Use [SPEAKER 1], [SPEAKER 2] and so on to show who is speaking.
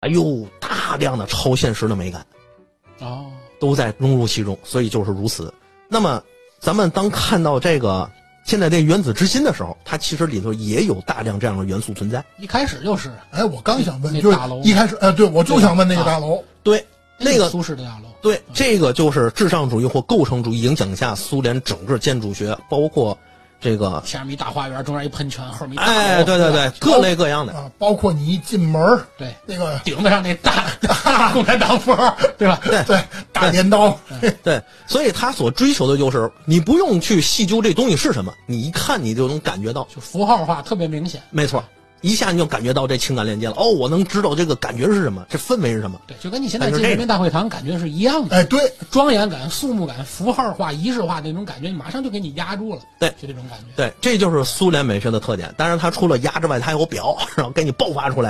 [SPEAKER 1] 哎呦，大量的超现实的美感
[SPEAKER 2] 哦，
[SPEAKER 1] 都在融入其中，所以就是如此。那么，咱们当看到这个现在这原子之心的时候，它其实里头也有大量这样的元素存在。
[SPEAKER 2] 一开始就是
[SPEAKER 3] 哎，我刚想问，
[SPEAKER 2] 那
[SPEAKER 3] 就是
[SPEAKER 2] 大楼啊
[SPEAKER 3] 一开始，哎，对我就想问那个大楼，
[SPEAKER 1] 对，
[SPEAKER 2] 那
[SPEAKER 1] 那个
[SPEAKER 2] 苏式的大楼，
[SPEAKER 1] 对，这个就是至上主义或构成主义影响下，苏联整个建筑学，包括这个，
[SPEAKER 2] 下面一大花园，中间一喷泉，后面一大啊楼，
[SPEAKER 1] 哎，对对对，各类各样的。
[SPEAKER 3] 啊，包括你一进门儿
[SPEAKER 2] 对，
[SPEAKER 3] 那个
[SPEAKER 2] 顶得上那大 大共产党风，对吧？
[SPEAKER 3] 对大镰刀，
[SPEAKER 1] 对，所以他所追求的就是，你不用去细究这东西是什么，你一看你就能感觉到，
[SPEAKER 2] 就符号化特别明显，
[SPEAKER 1] 没错，一下你就感觉到这情感链接了。哦，我能知道这个感觉是什么，这氛围是什么。
[SPEAKER 2] 对，就跟你现在
[SPEAKER 1] 但是
[SPEAKER 2] 进
[SPEAKER 1] 这个
[SPEAKER 2] 人民大会堂感觉是一样的，
[SPEAKER 3] 哎，对，
[SPEAKER 2] 庄严感、肃穆感、符号化、仪式化那种感觉，你马上就给你压住了，
[SPEAKER 1] 对
[SPEAKER 2] 就这种感觉。
[SPEAKER 1] 对，这就是苏联美学的特点。当然，它除了压之外，它还有表，然后给你爆发出来，